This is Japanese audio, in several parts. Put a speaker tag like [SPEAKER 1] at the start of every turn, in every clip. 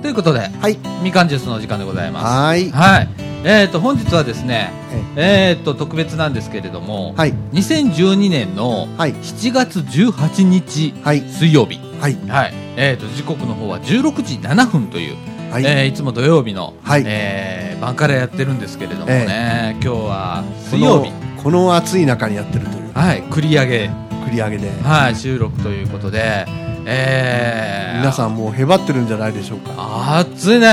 [SPEAKER 1] はい
[SPEAKER 2] みかんジュースの時間でございます
[SPEAKER 1] はい
[SPEAKER 2] はいえー、と本日はですね、えー、と特別なんですけれども、
[SPEAKER 1] はい
[SPEAKER 2] 2012年の
[SPEAKER 1] はい
[SPEAKER 2] 7月18日
[SPEAKER 1] はい
[SPEAKER 2] 水曜日、
[SPEAKER 1] はい
[SPEAKER 2] はいえー、と時刻の方は16時7分という、
[SPEAKER 1] はい
[SPEAKER 2] いえーいつも土曜日の、
[SPEAKER 1] はい
[SPEAKER 2] えー晩からやってるんですけれどもね、今日は
[SPEAKER 1] こ
[SPEAKER 2] 水曜
[SPEAKER 1] の
[SPEAKER 2] 日、
[SPEAKER 1] この暑い中にやってるという
[SPEAKER 2] はい、繰り上げ、
[SPEAKER 1] 繰り上げで
[SPEAKER 2] はい、収録ということで、えー、
[SPEAKER 1] 皆さんもうへばってるんじゃないでしょうか
[SPEAKER 2] 暑いね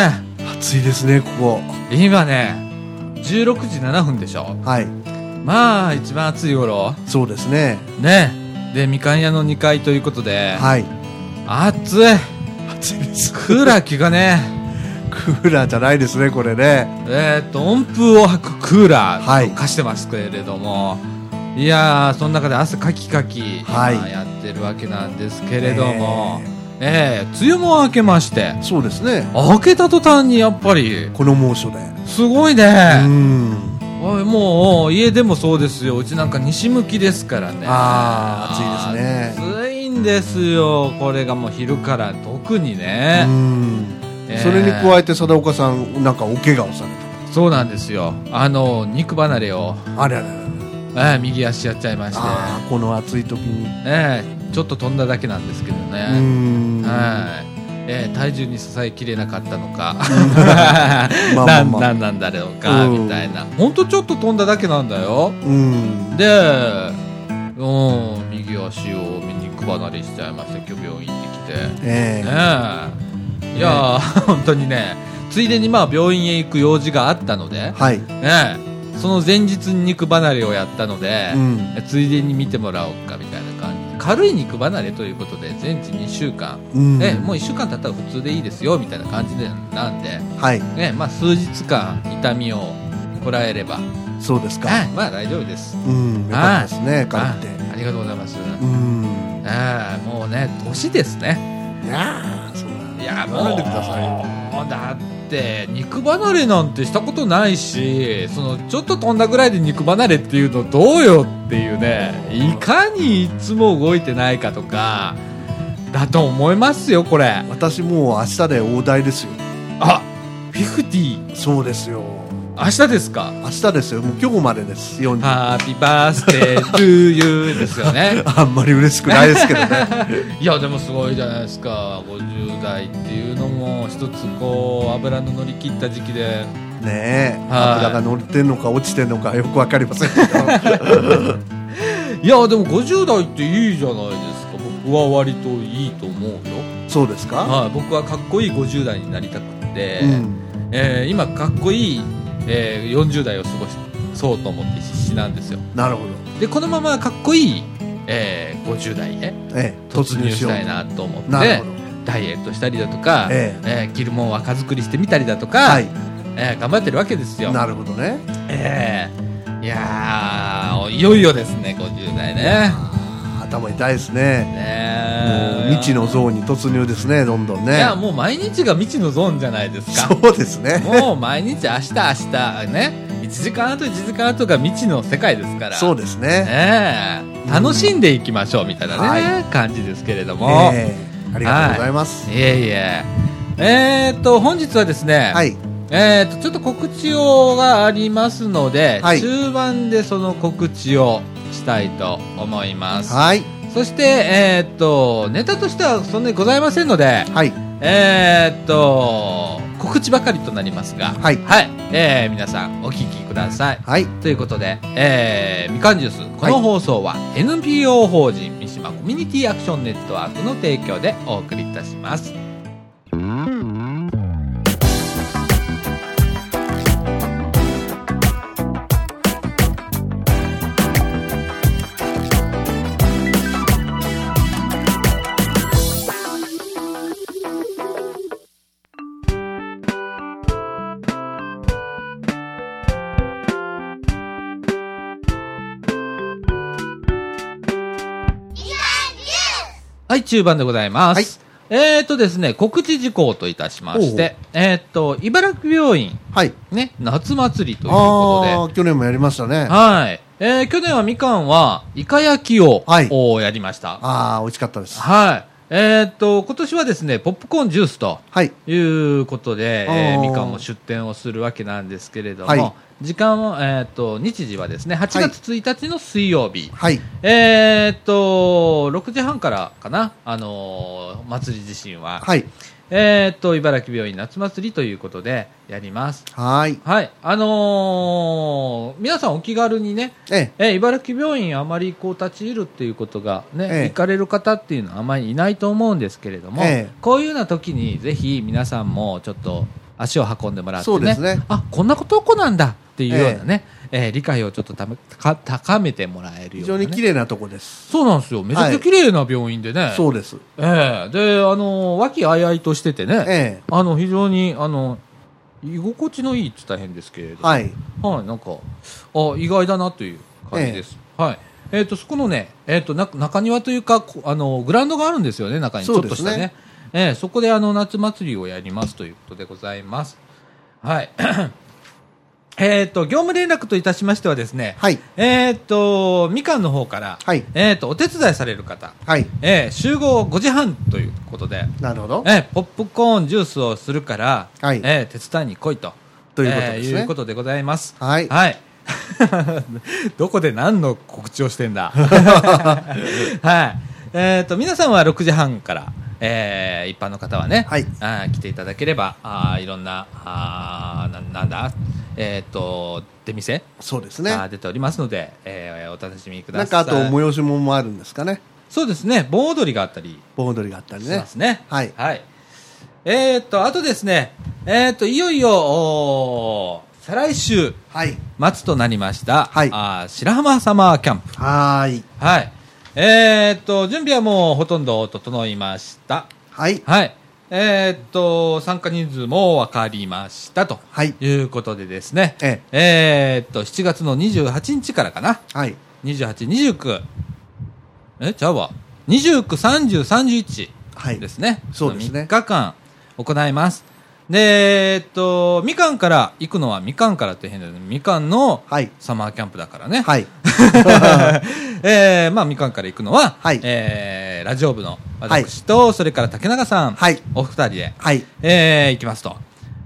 [SPEAKER 1] 暑いですねここ
[SPEAKER 2] 今ね16時7分でしょ
[SPEAKER 1] はい
[SPEAKER 2] まあ一番暑い頃
[SPEAKER 1] そうですね
[SPEAKER 2] ねでみかん屋の2階ということで、
[SPEAKER 1] はい
[SPEAKER 2] 暑い
[SPEAKER 1] 暑いです
[SPEAKER 2] クーラー機がね
[SPEAKER 1] クーラーじゃないですねこれね
[SPEAKER 2] えーっと温風を吐くクーラ
[SPEAKER 1] はい
[SPEAKER 2] ーと化してますけれども、い、やーその中で汗かきかき今
[SPEAKER 1] はい
[SPEAKER 2] やってるわけなんですけれども、ええ梅雨も明けまして
[SPEAKER 1] そうですね
[SPEAKER 2] 明けた途端にやっぱり
[SPEAKER 1] この猛暑で、
[SPEAKER 2] すごいうね、
[SPEAKER 1] ん
[SPEAKER 2] おいもう家でもそうですようちなんか西向きですからね
[SPEAKER 1] あー暑いですね
[SPEAKER 2] あー暑いんですよこれがもう昼から特に
[SPEAKER 1] う
[SPEAKER 2] ね、
[SPEAKER 1] ん
[SPEAKER 2] えー
[SPEAKER 1] それに加えて貞岡さんなんかお怪我をされ
[SPEAKER 2] そうなんですよあの肉離れを、
[SPEAKER 1] たあれあれあれ
[SPEAKER 2] えー右足やっちゃいまして、
[SPEAKER 1] あーこの暑い時に
[SPEAKER 2] えーちょっと飛んだだけなんですけど
[SPEAKER 1] う
[SPEAKER 2] ね、
[SPEAKER 1] ん
[SPEAKER 2] はいえー体重に支えきれなかったのか
[SPEAKER 1] まあま
[SPEAKER 2] な
[SPEAKER 1] あ
[SPEAKER 2] ん
[SPEAKER 1] まあ
[SPEAKER 2] なんなんだろうか、
[SPEAKER 1] うん
[SPEAKER 2] みたいなほんとちょっと飛んだだけなんだよ
[SPEAKER 1] うん
[SPEAKER 2] で、うん、右足を肉離れしちゃいました今日病院行ってきて
[SPEAKER 1] ええ
[SPEAKER 2] ねえいやー、本当にねついでにまあ病院へ行く用事があったので、
[SPEAKER 1] はい
[SPEAKER 2] ねえ、その前日に肉離れをやったので、
[SPEAKER 1] うん
[SPEAKER 2] ついでに見てもらおうかみたいな感じ軽い肉離れということで全治2週間、
[SPEAKER 1] うん
[SPEAKER 2] ねもう1週間経ったら普通でいいですよみたいな感じでなんで、
[SPEAKER 1] はい
[SPEAKER 2] ねまあ、数日間痛みをこらえれば、ね
[SPEAKER 1] そうですか
[SPEAKER 2] まあ大丈夫です
[SPEAKER 1] うんよかったですね帰って
[SPEAKER 2] あありがとうございます、
[SPEAKER 1] うん
[SPEAKER 2] ああもうね年ですね
[SPEAKER 1] いやーそんない
[SPEAKER 2] やもう
[SPEAKER 1] やめてくださいよ
[SPEAKER 2] だって肉離れなんてしたことないしそのちょっと飛んだぐらいで肉離れっていうのどうよっていうねいかにいつも動いてないかとかだと思いますよこれ
[SPEAKER 1] 私もう明日で大台ですよ
[SPEAKER 2] あフィフティ
[SPEAKER 1] そうですよ
[SPEAKER 2] 明日ですか
[SPEAKER 1] 明日ですよもう今日までです40
[SPEAKER 2] ハッピーバースデートゥーユー ですよね
[SPEAKER 1] あんまり嬉しくないですけ どね
[SPEAKER 2] いやでもすごいじゃないですか50代っていうのも一つこう油の乗り切った時期で
[SPEAKER 1] ねえ
[SPEAKER 2] はい
[SPEAKER 1] 油が乗ってんのか落ちてんのかよくわかりませんけど
[SPEAKER 2] いやでも50代っていいじゃないですか僕は割といいと思うよ、
[SPEAKER 1] そうですか
[SPEAKER 2] はい、僕はかっこいい50代になりたくって、
[SPEAKER 1] うん
[SPEAKER 2] えー今かっこいい、えー40代を過ごしそうと思って必死なんですよ
[SPEAKER 1] なるほど
[SPEAKER 2] でこのままかっこいい、えー50代へ
[SPEAKER 1] ええ
[SPEAKER 2] 突入し
[SPEAKER 1] う
[SPEAKER 2] たいなと思って
[SPEAKER 1] なるほど
[SPEAKER 2] ダイエットしたりだとか、え
[SPEAKER 1] え
[SPEAKER 2] ー着るもんは若作りしてみたりだとか、
[SPEAKER 1] えはい
[SPEAKER 2] えー頑張ってるわけですよ
[SPEAKER 1] なるほどね
[SPEAKER 2] えーいやーいよいよですね50代ね
[SPEAKER 1] あー頭痛いですねもう
[SPEAKER 2] ねえ
[SPEAKER 1] 未知のゾーンに突入ですねどんどん
[SPEAKER 2] い
[SPEAKER 1] ね
[SPEAKER 2] やもう毎日が未知のゾーンじゃないですか
[SPEAKER 1] そうですね
[SPEAKER 2] もう毎日明日明日ね1時間後1時間後が未知の世界ですから
[SPEAKER 1] そうですね
[SPEAKER 2] ねえ楽しんでいきましょうみたいなね、
[SPEAKER 1] は
[SPEAKER 2] 感じですけれども、
[SPEAKER 1] ええありがとうございます
[SPEAKER 2] いえいええー、っと本日はですね、
[SPEAKER 1] はい
[SPEAKER 2] えー、っとちょっと告知をがありますので、
[SPEAKER 1] はい
[SPEAKER 2] 中盤でその告知をしたいと思います、
[SPEAKER 1] はい
[SPEAKER 2] そしてえー、っとネタとしてはそんなにございませんので
[SPEAKER 1] はい
[SPEAKER 2] えー、っと、告知ばかりとなりますが、
[SPEAKER 1] はい
[SPEAKER 2] えー皆さんお聞きください。
[SPEAKER 1] はい
[SPEAKER 2] ということで、えーみかんジュース、この
[SPEAKER 1] はい
[SPEAKER 2] 放送は NPO 法人三島コミュニティアクションネットワークの提供でお送りいたします。はい、中盤でございます。えー、っとですね、告知事項といたしまして、えー、っと、茨城病院、
[SPEAKER 1] はい
[SPEAKER 2] ね、夏祭りということで
[SPEAKER 1] あ、あ去年もやりましたね
[SPEAKER 2] はい。えー去年はみかんは、イカ焼きを、
[SPEAKER 1] はい
[SPEAKER 2] おやりました。
[SPEAKER 1] ああ美味しかったです
[SPEAKER 2] はい。えーっと、今年はですね、ポップコーンジュースと
[SPEAKER 1] はい。
[SPEAKER 2] いうことで、えー
[SPEAKER 1] あー
[SPEAKER 2] みかんも出店をするわけなんですけれども、
[SPEAKER 1] はい
[SPEAKER 2] 時間は、えーっと、日時はですね、8月1日の水曜日、
[SPEAKER 1] はい。
[SPEAKER 2] えーっと、6時半からかな、あのー祭り自身は、
[SPEAKER 1] はい。
[SPEAKER 2] えーっと、茨城病院夏祭りということでやります。
[SPEAKER 1] はい。
[SPEAKER 2] はい、あのー皆さんお気軽にね、
[SPEAKER 1] え
[SPEAKER 2] え
[SPEAKER 1] え。
[SPEAKER 2] ー茨城病院あまりこう立ち入るっていうことがね、
[SPEAKER 1] ええ
[SPEAKER 2] 行かれる方っていうのはあまりいないと思うんですけれども、
[SPEAKER 1] ええ
[SPEAKER 2] こういうような時にぜひ皆さんもちょっと足を運んでもらって
[SPEAKER 1] そう
[SPEAKER 2] ね
[SPEAKER 1] ですね
[SPEAKER 2] あこんなことこなんだっていうようなね、えー理解をちょっとためか高めてもらえる
[SPEAKER 1] 非
[SPEAKER 2] よう
[SPEAKER 1] 常
[SPEAKER 2] な、ね、
[SPEAKER 1] に綺麗なとこです。
[SPEAKER 2] そうなんですよめちゃくちゃ綺麗な病院でね、
[SPEAKER 1] そうです。
[SPEAKER 2] ええであの和気あいあいとしててね、
[SPEAKER 1] え
[SPEAKER 2] あの非常にあの居心地のいいって言ったら変ですけれど
[SPEAKER 1] え。はい。
[SPEAKER 2] はい、なんか、あ、意外だなという感じです。はい。えっ、と、そこのね、えっ、と、な中庭というか、こあの、グラウンドがあるんですよね、中に。ち
[SPEAKER 1] そ
[SPEAKER 2] ょ
[SPEAKER 1] う
[SPEAKER 2] っ
[SPEAKER 1] です
[SPEAKER 2] と
[SPEAKER 1] ね
[SPEAKER 2] したね。えーそこであの、夏祭りをやりますということでございます。はい。 えっと、業務連絡といたしましてはですね、
[SPEAKER 1] はい。
[SPEAKER 2] えっと、みかんの方から、
[SPEAKER 1] はい
[SPEAKER 2] えっと、お手伝いされる方、
[SPEAKER 1] はい。
[SPEAKER 2] えー集合5時半ということで、
[SPEAKER 1] なるほど。
[SPEAKER 2] ええポップコーンジュースをするから、
[SPEAKER 1] はい
[SPEAKER 2] ええ手伝いに来いと。
[SPEAKER 1] ということですね
[SPEAKER 2] ええいうことでございます。
[SPEAKER 1] はい
[SPEAKER 2] はい。 どこで何の告知をしてん だ。はい。えっ、と、皆さんは6時半から、ええ一般の方はね、
[SPEAKER 1] はい
[SPEAKER 2] あー来ていただければ、あーいろんな、あーななんだ、えっ、と、出店、
[SPEAKER 1] そうです
[SPEAKER 2] あー
[SPEAKER 1] ね。
[SPEAKER 2] 出ておりますので、ええお楽しみく
[SPEAKER 1] な
[SPEAKER 2] だ
[SPEAKER 1] んか
[SPEAKER 2] さ
[SPEAKER 1] あ
[SPEAKER 2] い。
[SPEAKER 1] と、催し物もあるんですかね。
[SPEAKER 2] そうですね、盆踊りがあったり、
[SPEAKER 1] 盆踊りがあったり
[SPEAKER 2] し
[SPEAKER 1] ね
[SPEAKER 2] ま。すね。
[SPEAKER 1] はい
[SPEAKER 2] えーっと、あとですね、えーっと、いよいよ、おー再来週、
[SPEAKER 1] はい。
[SPEAKER 2] 末となりました、
[SPEAKER 1] はい
[SPEAKER 2] あー白浜サマーキャンプ。
[SPEAKER 1] はーい。
[SPEAKER 2] はい。えーっと、準備はもうほとんど整いました。
[SPEAKER 1] はい。
[SPEAKER 2] はい。えーっと、参加人数も分かりましたと。
[SPEAKER 1] はい。
[SPEAKER 2] いうことでですね。
[SPEAKER 1] え
[SPEAKER 2] えーっと、7月の28日からかな。
[SPEAKER 1] はい。
[SPEAKER 2] 28、29。え、ちゃうわ。29、30、31。
[SPEAKER 1] はい。
[SPEAKER 2] ですね。
[SPEAKER 1] そうですね
[SPEAKER 2] 3日間行います。で、えっと、みかんから、行くのはみかんからって変だよね。みかんの
[SPEAKER 1] はい。
[SPEAKER 2] サマーキャンプだからね。
[SPEAKER 1] はい。
[SPEAKER 2] えーまあ、みかんから行くのは、
[SPEAKER 1] はい
[SPEAKER 2] えーラジオ部の私と、それから竹永さん、
[SPEAKER 1] はい
[SPEAKER 2] お二人で、
[SPEAKER 1] はい。
[SPEAKER 2] えー行きますと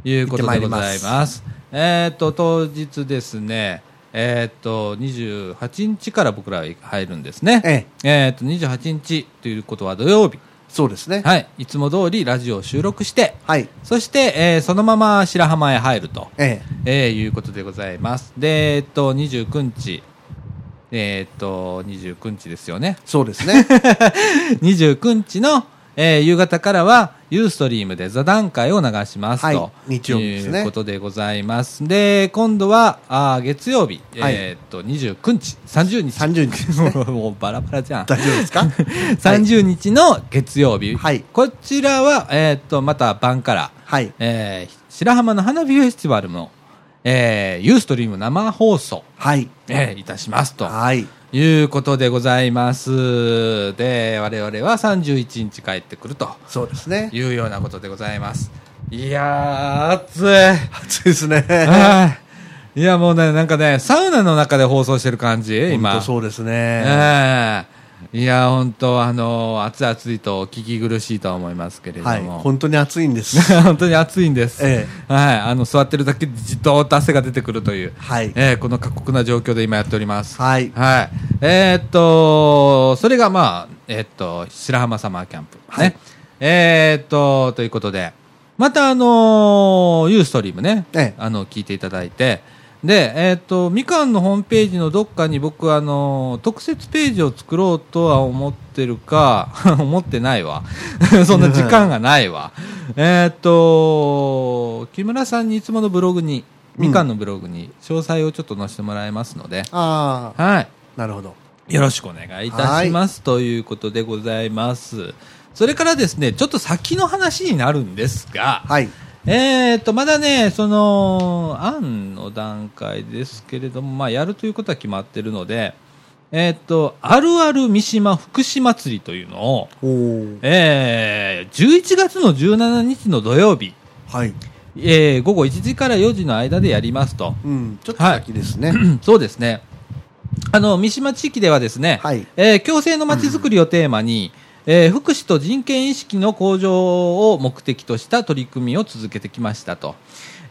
[SPEAKER 2] いうことでござい
[SPEAKER 1] 行ってま
[SPEAKER 2] ま
[SPEAKER 1] い
[SPEAKER 2] す。
[SPEAKER 1] りま
[SPEAKER 2] えーっと、当日ですね、えーっと、28日から僕らは入るんですね。
[SPEAKER 1] え
[SPEAKER 2] えーっと、28日ということは土曜日。
[SPEAKER 1] そうですね。
[SPEAKER 2] はい、いつも通りラジオを収録して、
[SPEAKER 1] はい。
[SPEAKER 2] そして、えーそのまま白浜へ入ると、
[SPEAKER 1] ええ。
[SPEAKER 2] えーいうことでございます。で、えっと、29日、えーっと、29日ですよね。
[SPEAKER 1] そうで すね。
[SPEAKER 2] 29日の、えー夕方からは、ユーストリームで座談会を流しますと、
[SPEAKER 1] はい日曜日ですね
[SPEAKER 2] いうことでございます。で、今度は、あー月曜日、
[SPEAKER 1] はい
[SPEAKER 2] えーっと、29日、30日。
[SPEAKER 1] 30日ですね
[SPEAKER 2] もうバラバラじゃん。
[SPEAKER 1] 大丈夫で すか
[SPEAKER 2] 30日の月曜日、
[SPEAKER 1] はい
[SPEAKER 2] こちらは、えーっとまた晩から、
[SPEAKER 1] はい。
[SPEAKER 2] えー白浜の花火フェスティバルの、えー、ユーストリーム生放送、
[SPEAKER 1] はい。
[SPEAKER 2] えーいたしますと
[SPEAKER 1] はい。
[SPEAKER 2] いうことでございますで我々は31日帰ってくると
[SPEAKER 1] そうですね。
[SPEAKER 2] いうようなことでございますいやー暑い
[SPEAKER 1] 暑いです ね。
[SPEAKER 2] はいいやもうねなんかねサウナの中で放送してる感じ
[SPEAKER 1] 本
[SPEAKER 2] 今
[SPEAKER 1] 当そうですね。
[SPEAKER 2] ええいや、本当、あの、暑い暑いとお聞き苦しいとは思いますけれども。
[SPEAKER 1] はい。本当に暑いんです。
[SPEAKER 2] 本当に暑いんです。
[SPEAKER 1] え
[SPEAKER 2] はい。あの、座ってるだけでじとっと汗が出てくるという。
[SPEAKER 1] はい。
[SPEAKER 2] ええこの過酷な状況で今やっております。
[SPEAKER 1] はい
[SPEAKER 2] えーっと、それがまあ、えーっと、白浜サマーキャンプ、ね。
[SPEAKER 1] はい
[SPEAKER 2] えーっと、ということで、またあのーユーストリームね、
[SPEAKER 1] ええ
[SPEAKER 2] あの、聞いていただいて、で、えーっと、みかんのホームページのどっかに僕、あのー特設ページを作ろうとは思ってるか、 思ってないわ。 そんな時間がないわ。えーっと、木村さんにいつものブログに、みかんのブログに詳細をちょっと載せてもらえますので、
[SPEAKER 1] ああ、
[SPEAKER 2] はい。
[SPEAKER 1] なるほど。
[SPEAKER 2] よろしくお願いいたします。ということでございます。それからですね、ちょっと先の話になるんですが、
[SPEAKER 1] はい。
[SPEAKER 2] えーと、まだね、その、案の段階ですけれども、まあ、やるということは決まってるので、えーと、あるある三島福祉祭りというのを、
[SPEAKER 1] おー
[SPEAKER 2] えー、11月の17日の土曜日、
[SPEAKER 1] はい。
[SPEAKER 2] えー午後1時から4時の間でやりますと。
[SPEAKER 1] うん。ちょっと先です ね。
[SPEAKER 2] うん そうですね。あの、三島地域ではですね、
[SPEAKER 1] はい
[SPEAKER 2] えー共生のまちづくりをテーマに、えー福祉と人権意識の向上を目的とした取り組みを続けてきましたと。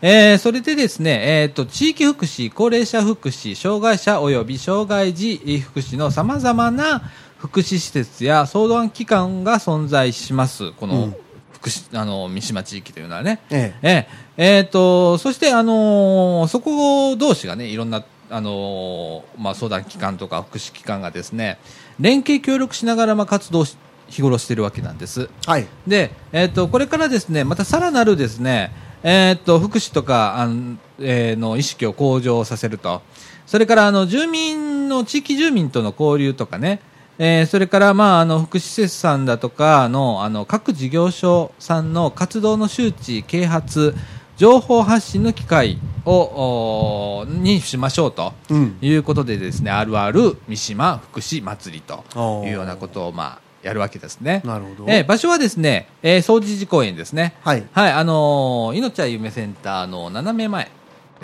[SPEAKER 2] えーそれでですね、えーと、地域福祉、高齢者福祉、障害者及び障害児福祉の様々な福祉施設や相談機関が存在します。こ
[SPEAKER 1] う
[SPEAKER 2] の
[SPEAKER 1] ん
[SPEAKER 2] 福祉、あの、三島地域というのはね。
[SPEAKER 1] ええ
[SPEAKER 2] えええーと、そして、あのーそこ同士がね、いろんな、あのーまあ、相談機関とか福祉機関がですね、連携協力しながら、まあ、活動をし日頃しているわけなんです。
[SPEAKER 1] はい。
[SPEAKER 2] で、えーと、これからですね、またさらなるですね、えーと、福祉とか、あんえーの意識を向上させると。それから、あの、住民の、地域住民との交流とかね、えーそれから、まあ、あの、福祉施設さんだとかの、あの、各事業所さんの活動の周知、啓発、情報発信の機会を、おーにしましょうと。
[SPEAKER 1] うん。
[SPEAKER 2] いうことでですね、あるある三島福祉祭りと
[SPEAKER 1] おー
[SPEAKER 2] いうようなことを、まあ、やるわけですね。
[SPEAKER 1] なるほど。
[SPEAKER 2] えー場所はですね、えー、総持寺公園ですね。
[SPEAKER 1] はい。
[SPEAKER 2] はい、あのー、命は夢センターの斜め前で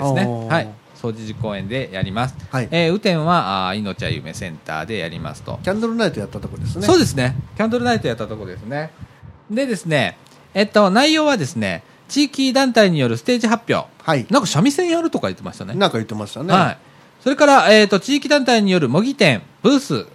[SPEAKER 2] すね。
[SPEAKER 1] おー
[SPEAKER 2] はい、総持寺公園でやります。
[SPEAKER 1] はい
[SPEAKER 2] えー雨天は、あー命は夢センターでやりますと。
[SPEAKER 1] キャンドルナイトやったとこですね。
[SPEAKER 2] そう
[SPEAKER 1] で
[SPEAKER 2] ですね。キャンドルナイトやったとこですね。でですね、えっと、内容はですね、地域団体によるステージ発表。
[SPEAKER 1] はい。
[SPEAKER 2] なんか三味線やるとか言ってましたね。
[SPEAKER 1] なんか言ってましたね。
[SPEAKER 2] はい。それから、えっ、と、地域団体による模擬店、ブース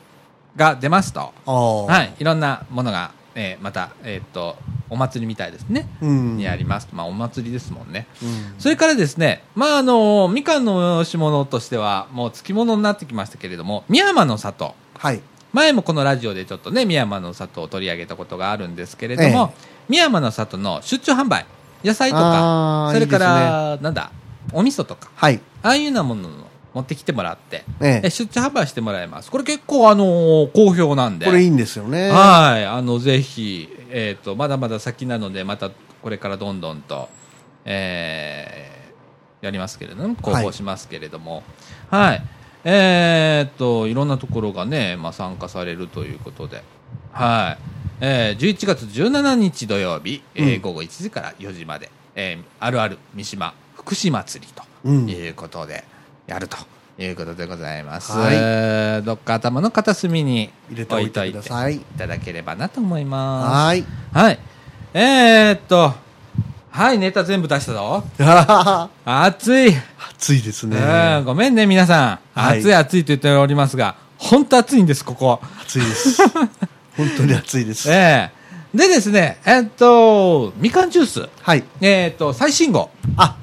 [SPEAKER 2] が出ますと。
[SPEAKER 1] ああ。。
[SPEAKER 2] はいい、いろんなものが、えーまた、えーっとお祭りみたいですね、
[SPEAKER 1] うん。
[SPEAKER 2] にあります、まあ、お祭りですもんね、
[SPEAKER 1] うん。
[SPEAKER 2] それからですね、まああのみかんのし物としては、もうつきものになってきましたけれども、美山の里、
[SPEAKER 1] はい。
[SPEAKER 2] 前もこのラジオでちょっとね、美山の里を取り上げたことがあるんですけれども、美山の里の出張販売、野菜とか
[SPEAKER 1] あ、ー
[SPEAKER 2] それか
[SPEAKER 1] いい
[SPEAKER 2] ら、なんだ、お味噌とか、
[SPEAKER 1] はい。
[SPEAKER 2] ああいうようなものを持ってきてもらって、え
[SPEAKER 1] ええ。
[SPEAKER 2] 出張販売してもらいます。これ結構、あの好評なんで。
[SPEAKER 1] これいいんですよね。
[SPEAKER 2] はい、あのぜひ、えーと、まだまだ先なので、またこれからどんどんと、えーやりますけれども、広報しますけれども、はい、えーと、いろんなところがね、まあ、参加されるということで、はい、えー11月17日土曜日、えー
[SPEAKER 1] うん
[SPEAKER 2] 午後1時から4時まで、えーあるある三島福祉祭りと。
[SPEAKER 1] うん。
[SPEAKER 2] いうことでやるということでございます、
[SPEAKER 1] は
[SPEAKER 2] どっか頭の片隅に
[SPEAKER 1] 入れておいてください
[SPEAKER 2] 置といていただければなと思いま
[SPEAKER 1] はい。
[SPEAKER 2] すはいえー、っとはいネタ全部出したぞ暑い、
[SPEAKER 1] 暑いですね。
[SPEAKER 2] うんごめんね皆さん、
[SPEAKER 1] はい
[SPEAKER 2] 暑い暑いと言っておりますが本当暑いんですこ こ
[SPEAKER 1] 暑い です。本当に暑いです。
[SPEAKER 2] ええでですねえーっとみかんジュース
[SPEAKER 1] はい。
[SPEAKER 2] えーっと最新号
[SPEAKER 1] あ、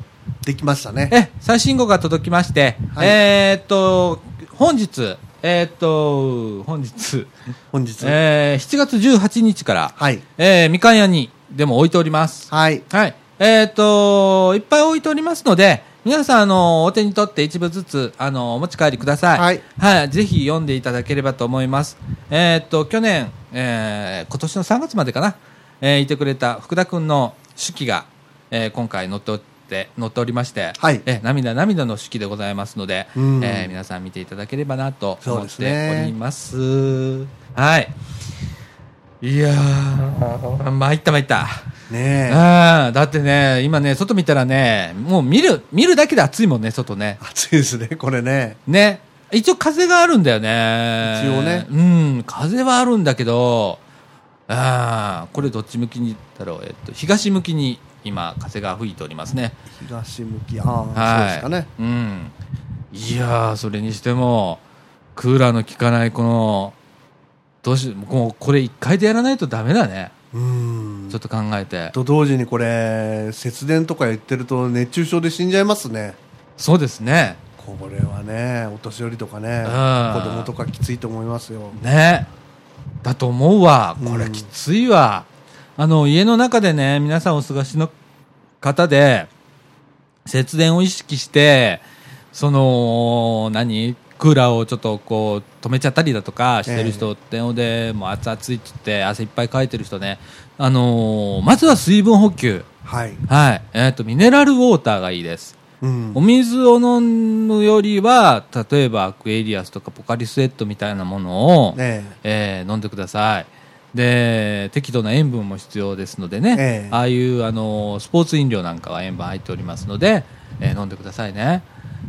[SPEAKER 1] できましたね。
[SPEAKER 2] え、最新号が届きまして、
[SPEAKER 1] はい
[SPEAKER 2] えーっと、本日、えーっと、本日、
[SPEAKER 1] 本日。
[SPEAKER 2] えー7月18日から、
[SPEAKER 1] はい。
[SPEAKER 2] えーみかん屋にでも置いております。
[SPEAKER 1] はい。
[SPEAKER 2] はい。えーっと、いっぱい置いておりますので、皆さん、あの、お手に取って一部ずつ、あの、お持ち帰りください。
[SPEAKER 1] はい。
[SPEAKER 2] ぜひ読んでいただければと思います。えーっと、去年、えー今年の3月までかな、えーいてくれた福田くんの手記が、えー今回載っておって、載っておりまして、
[SPEAKER 1] はい
[SPEAKER 2] えー涙涙の手記でございますので、え
[SPEAKER 1] うん
[SPEAKER 2] ー皆さん見ていただければなと
[SPEAKER 1] そう
[SPEAKER 2] 思っ
[SPEAKER 1] です
[SPEAKER 2] て
[SPEAKER 1] ね
[SPEAKER 2] おります。はい。いやー、参った参った。
[SPEAKER 1] ねえ。
[SPEAKER 2] ああ、だってね、今ね、外見たらね、もう見る、見るだけで暑いもんね、外ね。
[SPEAKER 1] 暑いですね、これね。
[SPEAKER 2] ね。一応風があるんだよね。
[SPEAKER 1] 一応ね
[SPEAKER 2] うん、風はあるんだけど、ああ、これどっち向きにだろう。えっと、東向きに今、風が吹いておりますね。
[SPEAKER 1] 東向き。ああ、
[SPEAKER 2] はい。
[SPEAKER 1] そうですかね。
[SPEAKER 2] うん。いやー、それにしても、クーラーの効かないこの、どうし、もうこれ一回でやらないとダメだね。
[SPEAKER 1] うーん
[SPEAKER 2] ちょっ。と考えて。
[SPEAKER 1] と同時にこれ、節電とか言ってると熱中症で死んじゃいますね。
[SPEAKER 2] そうですね。
[SPEAKER 1] これはね、お年寄りとかね、
[SPEAKER 2] うん
[SPEAKER 1] 子供とかきついと思いますよ。
[SPEAKER 2] ねだと思うわ
[SPEAKER 1] うん
[SPEAKER 2] これきついわ、あの家の中でね皆さんお過ごしの方で節電を意識してその何クーラーをちょっとこう止めちゃったりだとかしてる人ってので、もう熱々いっつって汗いっぱいかいてる人ね、あのーまずは水分補給、
[SPEAKER 1] はい。
[SPEAKER 2] はいえっとミネラルウォーターがいいです
[SPEAKER 1] うん
[SPEAKER 2] お。水を飲むよりは例えばアクエリアスとかポカリスエットみたいなものを、
[SPEAKER 1] ね
[SPEAKER 2] えー飲んでくださいで適度な塩分も必要ですのでね、
[SPEAKER 1] ええ
[SPEAKER 2] ああいうあのスポーツ飲料なんかは塩分入っておりますので、えー飲んでくださいね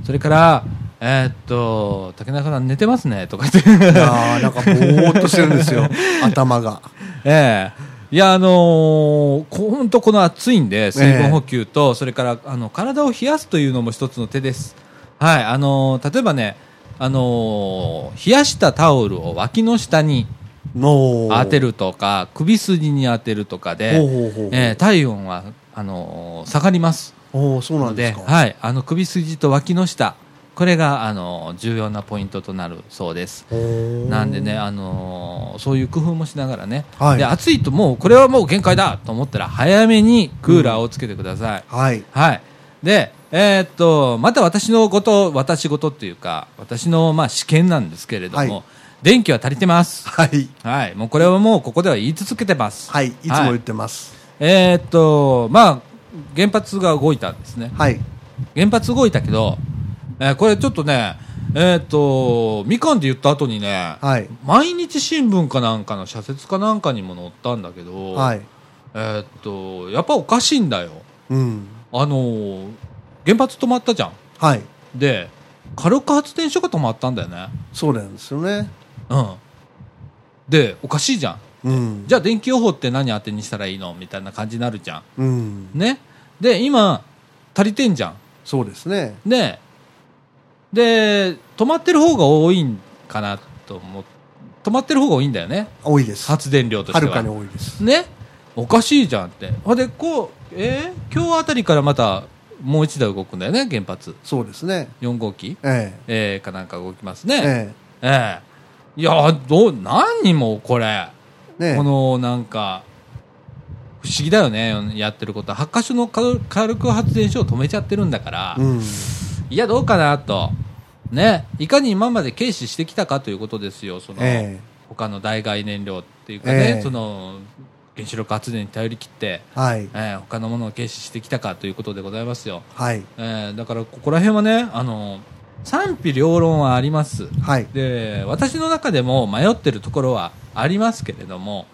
[SPEAKER 2] それからえーっと竹中さん寝てますねとか言って
[SPEAKER 1] え。いやーなんかぼーっとしてるんですよ。頭が。
[SPEAKER 2] ええいやあの本当この暑いんで水分補給と、それからあの体を冷やすというのも一つの手です。はいあのー例えばねあのー冷やしたタオルを脇の下に
[SPEAKER 1] の
[SPEAKER 2] 当てるとか首筋に当てるとかで、
[SPEAKER 1] ほうほうほう
[SPEAKER 2] えー体温はあのー下がります
[SPEAKER 1] おーそうなんで
[SPEAKER 2] です
[SPEAKER 1] か
[SPEAKER 2] はい、あの首筋と脇の下これがあの重要なポイントとなるそうです。な
[SPEAKER 1] なん
[SPEAKER 2] でね、あのーそういう工夫もしながらね、
[SPEAKER 1] はい
[SPEAKER 2] で暑いともうこれはもう限界だと思ったら早めにクーラーをつけてください。
[SPEAKER 1] はい
[SPEAKER 2] はい。で、えーっと、また私のこと、私事っていうか、私のまあ試験なんですけれども、
[SPEAKER 1] はい
[SPEAKER 2] 電気は足りてます。
[SPEAKER 1] はい
[SPEAKER 2] はい。もうこれはもうここでは言い続けてます。
[SPEAKER 1] はいいつも言ってます
[SPEAKER 2] えーっと、まあ、原発が動いたんですね。
[SPEAKER 1] はい
[SPEAKER 2] 原発動いたけど、えーこれちょっとね、えーっと、みかんで言った後にね、
[SPEAKER 1] はい
[SPEAKER 2] 毎日新聞かなんかの社説かなんかにも載ったんだけど、
[SPEAKER 1] はい
[SPEAKER 2] えーっと、やっぱおかしいんだよ。
[SPEAKER 1] うん
[SPEAKER 2] あのー原発止まったじゃん。
[SPEAKER 1] はい
[SPEAKER 2] で、火力発電所が止まったんだよね。
[SPEAKER 1] そうなんですよね
[SPEAKER 2] うん。で、おかしいじゃん。
[SPEAKER 1] うん
[SPEAKER 2] じゃあ電気予報って何当てにしたらいいのみたいな感じになるじゃん。
[SPEAKER 1] うん
[SPEAKER 2] ね。で、今、足りてんじゃん。
[SPEAKER 1] そうですね
[SPEAKER 2] ねで、止まってる方が多いんかなと思っ止まってる方が多いんだよね。
[SPEAKER 1] 多いですは
[SPEAKER 2] 発電量としては。
[SPEAKER 1] るかに多いです
[SPEAKER 2] ね。おかしいじゃんって。ほんで、こう、えー今日あたりからまた、もう一台動くんだよね、原発。
[SPEAKER 1] そうですね
[SPEAKER 2] 4号機、
[SPEAKER 1] え
[SPEAKER 2] えーかなんか動きます
[SPEAKER 1] え
[SPEAKER 2] ね。
[SPEAKER 1] え
[SPEAKER 2] ええいや、どう、何もこれ。
[SPEAKER 1] えね
[SPEAKER 2] この、なんか、不思議だよね、やってること。8カ所の火火力発電所を止めちゃってるんだから。
[SPEAKER 1] うん
[SPEAKER 2] いや、どうかなと。ね。いかに今まで軽視してきたかということですよ。その、
[SPEAKER 1] え
[SPEAKER 2] 他の代替燃料っていうかね、
[SPEAKER 1] ええ
[SPEAKER 2] その、原子力発電に頼り切って、
[SPEAKER 1] えはい
[SPEAKER 2] えー他のものを軽視してきたかということでございますよ。
[SPEAKER 1] はい
[SPEAKER 2] えーだから、ここら辺はね、あの、賛否両論はあります。
[SPEAKER 1] はい
[SPEAKER 2] で、私の中でも迷ってるところはありますけれども、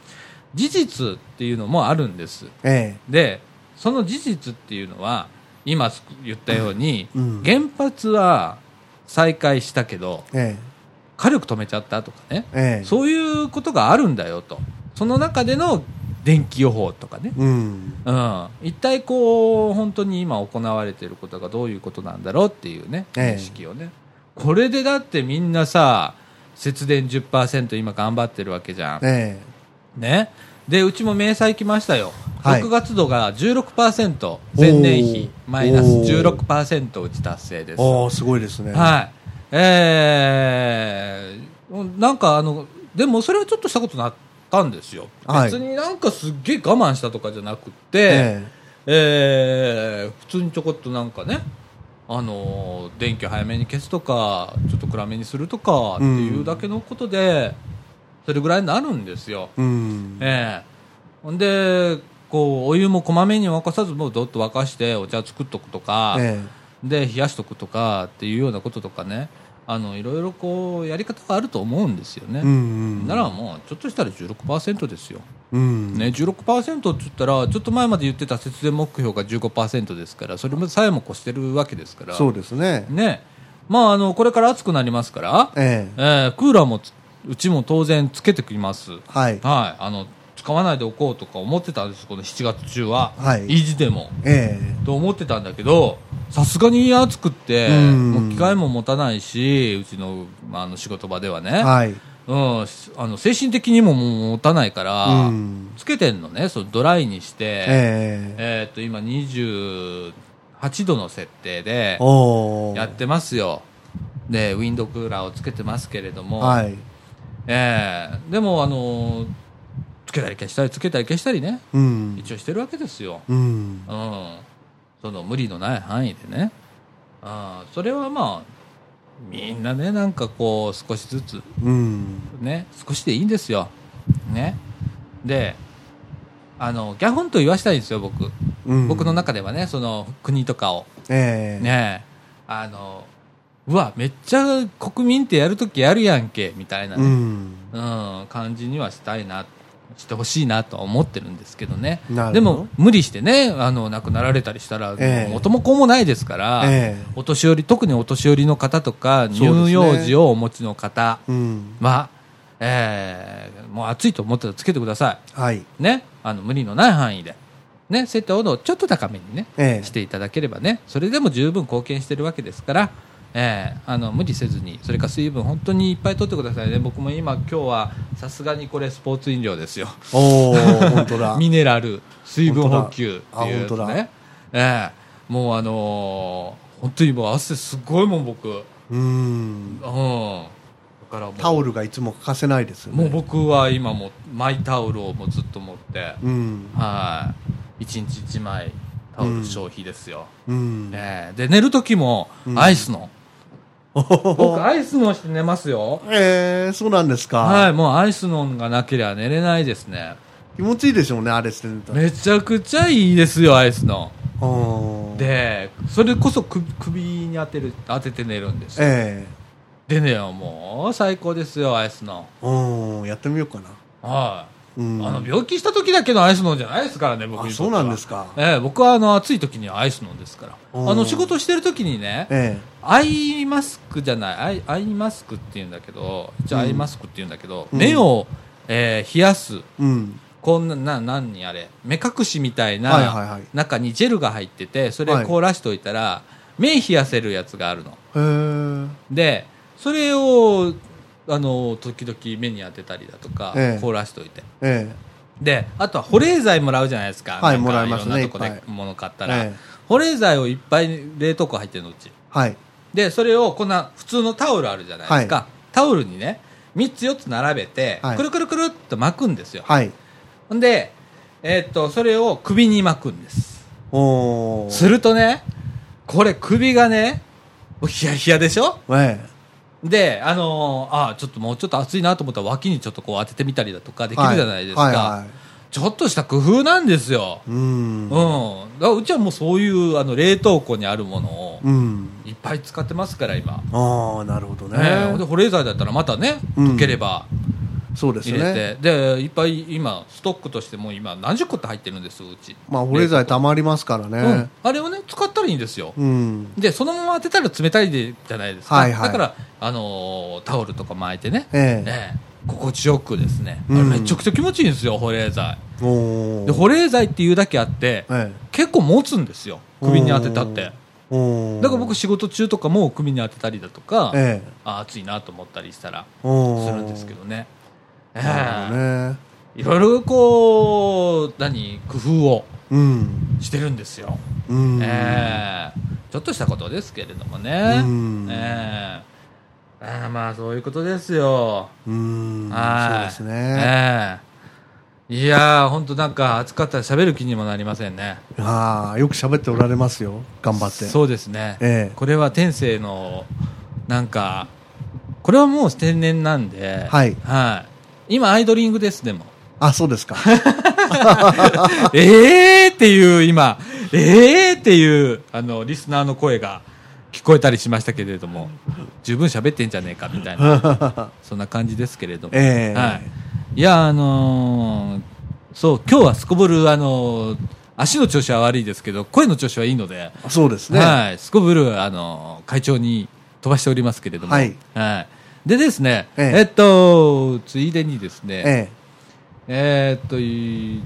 [SPEAKER 2] 事実っていうのもあるんです。
[SPEAKER 1] え
[SPEAKER 2] でその事実っていうのは今言ったように、
[SPEAKER 1] うん
[SPEAKER 2] 原発は再開したけど
[SPEAKER 1] ええ
[SPEAKER 2] 火力止めちゃったとかね、
[SPEAKER 1] えええ
[SPEAKER 2] そういうことがあるんだよとその中での電気予報とかね、
[SPEAKER 1] うん
[SPEAKER 2] うん、一体こう本当に今行われていることがどういうことなんだろうっていうね
[SPEAKER 1] ええ
[SPEAKER 2] 認識をね、これでだってみんなさ節電10%今頑張ってるわけじゃん、
[SPEAKER 1] え
[SPEAKER 2] ね。で、うちも明細来ましたよ。
[SPEAKER 1] はい
[SPEAKER 2] 6月度が16%、前年比
[SPEAKER 1] おー
[SPEAKER 2] マイナス16%打ち達成で
[SPEAKER 1] え
[SPEAKER 2] す。
[SPEAKER 1] おおすごいですね
[SPEAKER 2] はい。えー、なんかあの、でもそれはちょっとしたことなったんですよ。
[SPEAKER 1] はい
[SPEAKER 2] 別になんかすっげえ我慢したとかじゃなくて、
[SPEAKER 1] え
[SPEAKER 2] えー普通にちょこっとなんかね、あのー電気を早めに消すとか、ちょっと暗めにするとかっていうだけのことで、それぐらいになるんですよ。
[SPEAKER 1] えうん
[SPEAKER 2] ええほんでこうお湯もこまめに沸かさずもうどっと沸かしてお茶作っとくとか、
[SPEAKER 1] え
[SPEAKER 2] で冷やしとくとかっていうようなこととかねあのいろいろこうやり方があると思うんですよ
[SPEAKER 1] えうんう
[SPEAKER 2] ね、
[SPEAKER 1] ん
[SPEAKER 2] ならもうちょっとしたら16%ですよ、
[SPEAKER 1] うん
[SPEAKER 2] ね、16%って言ったらちょっと前まで言ってた節電目標が15%ですからそれもさえも越してるわけですから
[SPEAKER 1] そうですね
[SPEAKER 2] ねまああのこれから暑くなりますから、
[SPEAKER 1] ええ
[SPEAKER 2] ええクーラーもつうちも当然つけてきます
[SPEAKER 1] はい
[SPEAKER 2] はい、あの使わないでおこうとか思ってたんです、この7月中は、
[SPEAKER 1] はい
[SPEAKER 2] 意地でも。
[SPEAKER 1] え
[SPEAKER 2] と思ってたんだけど、さすがに暑くって、
[SPEAKER 1] うん
[SPEAKER 2] もう機会も持たないし、うちの,、まあ、あの仕事場では
[SPEAKER 1] え
[SPEAKER 2] ね、
[SPEAKER 1] はい
[SPEAKER 2] うん、しあの精神的にももう持たないから、
[SPEAKER 1] うん
[SPEAKER 2] つけてんのね、そのドライにして、え
[SPEAKER 1] ええ
[SPEAKER 2] ーっと今、28度の設定で
[SPEAKER 1] おお
[SPEAKER 2] やってますよ。でウィンドクーラーをつけてますけれども、
[SPEAKER 1] はい
[SPEAKER 2] ええでも、あのつけたり消したり、つけたり消したりね、
[SPEAKER 1] うん
[SPEAKER 2] 一応してるわけですよ。
[SPEAKER 1] うん
[SPEAKER 2] うん。その無理のない範囲でね。あーそれはまあ、みんなね、なんかこう、少しずつ、
[SPEAKER 1] うん
[SPEAKER 2] ね、少しでいいんですよ。ね。で、あの、ギャフンと言わしたいんですよ、僕。
[SPEAKER 1] うん
[SPEAKER 2] 僕の中ではね、その国とかを。
[SPEAKER 1] ええ
[SPEAKER 2] ねあの、うわ、めっちゃ国民ってやるときやるやんけ、みたいなね、
[SPEAKER 1] うん
[SPEAKER 2] うん、感じにはしたいな、してほしいなとは思ってるんですけどね。
[SPEAKER 1] なる
[SPEAKER 2] で
[SPEAKER 1] ほど
[SPEAKER 2] も、無理してね、あの、亡くなられたりしたら、
[SPEAKER 1] ええ
[SPEAKER 2] 元も子もないですから、
[SPEAKER 1] ええ
[SPEAKER 2] お年寄り、特にお年寄りの方とか、
[SPEAKER 1] そうですね
[SPEAKER 2] 乳幼児をお持ちの方
[SPEAKER 1] うん
[SPEAKER 2] は、ええーもう暑いと思ったらつけてくださ
[SPEAKER 1] はい。
[SPEAKER 2] い。ね。あの、無理のない範囲で。ね。設定温度をちょっと高めにね、
[SPEAKER 1] ええ
[SPEAKER 2] していただければね、それでも十分貢献してるわけですから、えーあの無理せずに、それから水分本当にいっぱい取ってくださいね。僕も今、今日はさすがにこれスポーツ飲料ですよ。
[SPEAKER 1] おお、本当だ。
[SPEAKER 2] ミネラル、水分補給っていうやつ
[SPEAKER 1] 本当だあ本
[SPEAKER 2] ね。ええもうあのー本当にもう汗すごいもん僕。うん。だ
[SPEAKER 1] うーん。
[SPEAKER 2] からもう、
[SPEAKER 1] タオルがいつも欠かせないですよね。
[SPEAKER 2] もう僕は今もうマイタオルをもうずっと持って、
[SPEAKER 1] うん。
[SPEAKER 2] はい。一日一枚タオル消費ですよ。
[SPEAKER 1] うん。
[SPEAKER 2] ええで、寝る時も
[SPEAKER 1] うん
[SPEAKER 2] アイスの。
[SPEAKER 1] お
[SPEAKER 2] 僕アイスのして寝ますよ。
[SPEAKER 1] えー、そうなんですか。
[SPEAKER 2] はい、もうアイスのんがなければ寝れないですね。
[SPEAKER 1] 気持ちいいでしょうね、あれしてると。
[SPEAKER 2] めちゃくちゃいいですよ、アイスのん。
[SPEAKER 1] うん、
[SPEAKER 2] でそれこそ首首に当てる当てて寝るんですよ
[SPEAKER 1] え
[SPEAKER 2] でねもう最高ですよアイスの
[SPEAKER 1] えうん、やってみようかな。
[SPEAKER 2] はい、
[SPEAKER 1] うん。
[SPEAKER 2] あの病気した時だけのアイス飲んじゃないですからね僕
[SPEAKER 1] あ
[SPEAKER 2] にと
[SPEAKER 1] そ
[SPEAKER 2] っ
[SPEAKER 1] う
[SPEAKER 2] ては
[SPEAKER 1] なんですか。
[SPEAKER 2] ええ僕はあの暑い時にはアイス飲んですから
[SPEAKER 1] うん
[SPEAKER 2] あの仕事してる時にね
[SPEAKER 1] え
[SPEAKER 2] アイマスクじゃないアイアイマスクっていうんだけど一応
[SPEAKER 1] う
[SPEAKER 2] ア
[SPEAKER 1] ん
[SPEAKER 2] イマスクっていうんだけど、
[SPEAKER 1] うん
[SPEAKER 2] 目を、えー冷やす
[SPEAKER 1] えうん。
[SPEAKER 2] こんなな何あれ目隠しみたい
[SPEAKER 1] はいはい
[SPEAKER 2] な
[SPEAKER 1] はい
[SPEAKER 2] 中にジェルが入っててそれ凍らしといたら、目冷やせるやつがあるの
[SPEAKER 1] へえ。
[SPEAKER 2] でそれをあの時々目に当てたりだとか、
[SPEAKER 1] ええ
[SPEAKER 2] 凍らしといて
[SPEAKER 1] ええ。
[SPEAKER 2] であとは保冷剤もらうじゃないですか、
[SPEAKER 1] はい
[SPEAKER 2] なんか
[SPEAKER 1] もらいま
[SPEAKER 2] い
[SPEAKER 1] すね
[SPEAKER 2] ろんなとこ
[SPEAKER 1] いっ
[SPEAKER 2] で
[SPEAKER 1] ぱい
[SPEAKER 2] 物買ったら、
[SPEAKER 1] ええ
[SPEAKER 2] 保冷剤をいっぱい冷凍庫入ってるのうち
[SPEAKER 1] はい。
[SPEAKER 2] でそれをこんな普通のタオルあるじゃないですか、
[SPEAKER 1] は
[SPEAKER 2] タオルにね3つ4つ並べて、
[SPEAKER 1] はい
[SPEAKER 2] くるくるくるっと巻くんですよ、
[SPEAKER 1] はい。
[SPEAKER 2] ほんで、えーっとそれを首に巻くんです
[SPEAKER 1] おお。
[SPEAKER 2] するとねこれ首がねもうヒヤヒヤでしょ
[SPEAKER 1] ええ。
[SPEAKER 2] で、あのーあちょっともうちょっと暑いなと思ったら脇にちょっとこう当ててみたりだとかできるじゃないですか、
[SPEAKER 1] はいはいはい
[SPEAKER 2] ちょっとした工夫なんですよ、
[SPEAKER 1] う
[SPEAKER 2] うん
[SPEAKER 1] ん。
[SPEAKER 2] だからうちはもうそういうあの冷凍庫にあるものを
[SPEAKER 1] うん。
[SPEAKER 2] いっぱい使ってますから今、ね
[SPEAKER 1] ああ、なるほどね。
[SPEAKER 2] えで保冷剤だったらまたね
[SPEAKER 1] うん
[SPEAKER 2] 溶ければ
[SPEAKER 1] そうです
[SPEAKER 2] 入
[SPEAKER 1] よ
[SPEAKER 2] れて、
[SPEAKER 1] ね。
[SPEAKER 2] でいっぱい今ストックとしてもう今何十個って入ってるんですうち、
[SPEAKER 1] まあ、保冷剤溜まりますから
[SPEAKER 2] う
[SPEAKER 1] ね
[SPEAKER 2] ん。、あれをね使ったらいいんですよ、
[SPEAKER 1] うん。
[SPEAKER 2] でそのまま当てたら冷たいでじゃないですか、
[SPEAKER 1] はいはい
[SPEAKER 2] だから、あのータオルとか巻いてね、
[SPEAKER 1] ええ
[SPEAKER 2] ええ心地よくですね、
[SPEAKER 1] うん
[SPEAKER 2] あれめちゃくちゃ気持ちいいんですよ保冷剤
[SPEAKER 1] おお。
[SPEAKER 2] で保冷剤っていうだけあって、
[SPEAKER 1] ええ。
[SPEAKER 2] 結構持つんですよ首に当てたって
[SPEAKER 1] おお。
[SPEAKER 2] だから僕仕事中とかも首に当てたりだとか、
[SPEAKER 1] ええ。
[SPEAKER 2] あ暑いなと思ったりしたら
[SPEAKER 1] おお。
[SPEAKER 2] するんですけどね、ええ
[SPEAKER 1] なるほどね。
[SPEAKER 2] いろいろこう何工夫を
[SPEAKER 1] うん。
[SPEAKER 2] してるんですよ
[SPEAKER 1] うん。
[SPEAKER 2] ええちょっとしたことですけれどもね、
[SPEAKER 1] うん
[SPEAKER 2] ええああまあそういうことですよ、
[SPEAKER 1] うーん、そう
[SPEAKER 2] はい
[SPEAKER 1] ですね。
[SPEAKER 2] ええいやー本当なんか暑かったら喋る気にもなりませんね
[SPEAKER 1] ああ、よく喋っておられますよ。頑張って。
[SPEAKER 2] そうですね、
[SPEAKER 1] ええ
[SPEAKER 2] これは天性のなんかこれはもう天然なんでは
[SPEAKER 1] はい
[SPEAKER 2] はい、今アイドリングですでも
[SPEAKER 1] あ、そ うですか。
[SPEAKER 2] ええっていう今ええっていうあのリスナーの声が聞こえたりしましたけれども十分喋ってんじゃねえかみたいなそんな感じですけれども、
[SPEAKER 1] ええ
[SPEAKER 2] はい、いや、あのーそう、今日はすこぶる、あのー足の調子は悪いですけど、声の調子はいいので、
[SPEAKER 1] そうですね。
[SPEAKER 2] はい、すこぶる、あのー会長に飛ばしておりますけれども、
[SPEAKER 1] はい
[SPEAKER 2] はいでですね、
[SPEAKER 1] ええ
[SPEAKER 2] えっと、ついでにですね、
[SPEAKER 1] え
[SPEAKER 2] えーっと、い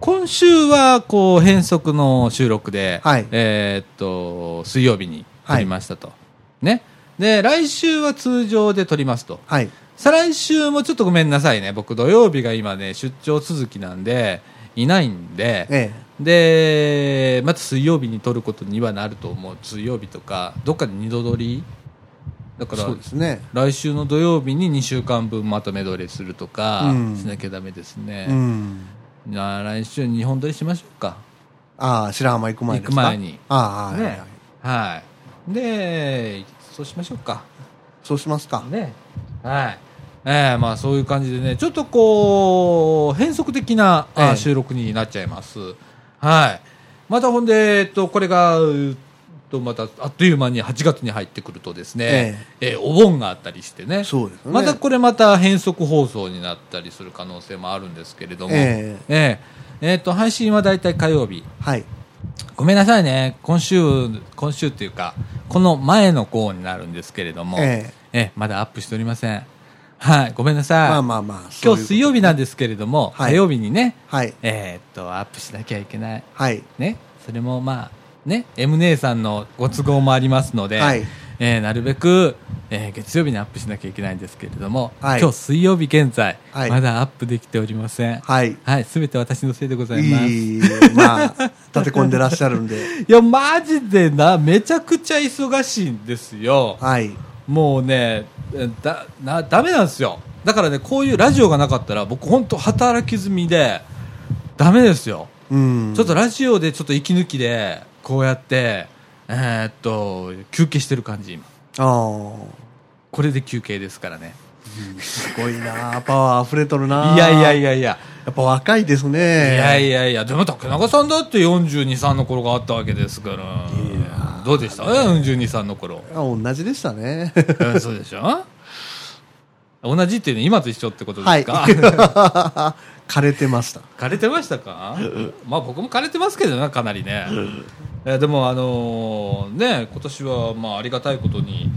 [SPEAKER 2] 今週は、こう、変則の収録で、
[SPEAKER 1] はい
[SPEAKER 2] えーっと、水曜日に撮りましたと。ね。で、来週は通常で撮りますと。
[SPEAKER 1] えはい。
[SPEAKER 2] 再来週もちょっとごめんなさいね。僕、土曜日が今ね、出張続きなんで、いないんで、
[SPEAKER 1] え
[SPEAKER 2] で、また水曜日に撮ることにはなると思う。水曜日とか、どっかで二度撮りだ
[SPEAKER 1] え
[SPEAKER 2] から、
[SPEAKER 1] そうですね。
[SPEAKER 2] 来週の土曜日に2週間分まとめ撮りするとか
[SPEAKER 1] うん
[SPEAKER 2] しなきゃダメですね、
[SPEAKER 1] うん。
[SPEAKER 2] なあ来週2本撮りしましょうか
[SPEAKER 1] ああ、白浜行く前ですか
[SPEAKER 2] 行く前に
[SPEAKER 1] ああ、はい、はい
[SPEAKER 2] ねはいでそうしましょうか
[SPEAKER 1] そうしますか。
[SPEAKER 2] ねはいええまあそういう感じでねちょっとこう変則的な、あ
[SPEAKER 1] ええ
[SPEAKER 2] 収録になっちゃいますはいまたほんで、えっと、これがうっとまたあっという間に8月に入ってくるとですね、ええお盆があったりしてね
[SPEAKER 1] そうですね。
[SPEAKER 2] またこれまた変則放送になったりする可能性もあるんですけれども、
[SPEAKER 1] え
[SPEAKER 2] えええーと配信はだいたい火曜日
[SPEAKER 1] はい。
[SPEAKER 2] ごめんなさいね今週今週っていうかこの前の号になるんですけれども、
[SPEAKER 1] ええ
[SPEAKER 2] ええまだアップしておりませんはい、ごめんなさい。
[SPEAKER 1] まあまあまあ
[SPEAKER 2] 今日水曜日
[SPEAKER 1] 日
[SPEAKER 2] なんですけれども、
[SPEAKER 1] はい
[SPEAKER 2] 火曜日にね、
[SPEAKER 1] はい
[SPEAKER 2] えーっと、アップしなきゃいけない。
[SPEAKER 1] はい
[SPEAKER 2] ね、それもまあ、ね、M 姉さんのご都合もありますので、
[SPEAKER 1] はい
[SPEAKER 2] えーなるべく、えー月曜日にアップしなきゃいけないんですけれども、
[SPEAKER 1] はい
[SPEAKER 2] 今日水曜日現在、
[SPEAKER 1] はい
[SPEAKER 2] まだアップできておりません。
[SPEAKER 1] はい
[SPEAKER 2] はい、すべ、て私のせいでございます。い
[SPEAKER 1] いいまあ立て込んでらっしゃるんで
[SPEAKER 2] や、マジでな、めちゃくちゃ忙しいんですよ。
[SPEAKER 1] はい
[SPEAKER 2] もうね、えだ、な、ダメなんですよ。だからね、こういうラジオがなかったら、僕本当働き済みで、ダメですよ。
[SPEAKER 1] うん
[SPEAKER 2] ちょっとラジオでちょっと息抜きで、こうやって、えーっと、休憩してる感じ、今。
[SPEAKER 1] ああ
[SPEAKER 2] これで休憩ですからね。
[SPEAKER 1] すごいなパワー溢れとるない
[SPEAKER 2] やいやいやいや。
[SPEAKER 1] やっぱ若いですね
[SPEAKER 2] いやいやいや、でも竹中さんだって42、3の頃があったわけですから。どうでした ?42、3の頃。
[SPEAKER 1] あ同じでした ね
[SPEAKER 2] うんそうでしょ同じっていうのは今と一緒ってことですか、
[SPEAKER 1] はい 枯れてました
[SPEAKER 2] 枯れてましたかまあ僕も枯れてますけどなかなりねえーでもあのーね今年はまあありがたいことに、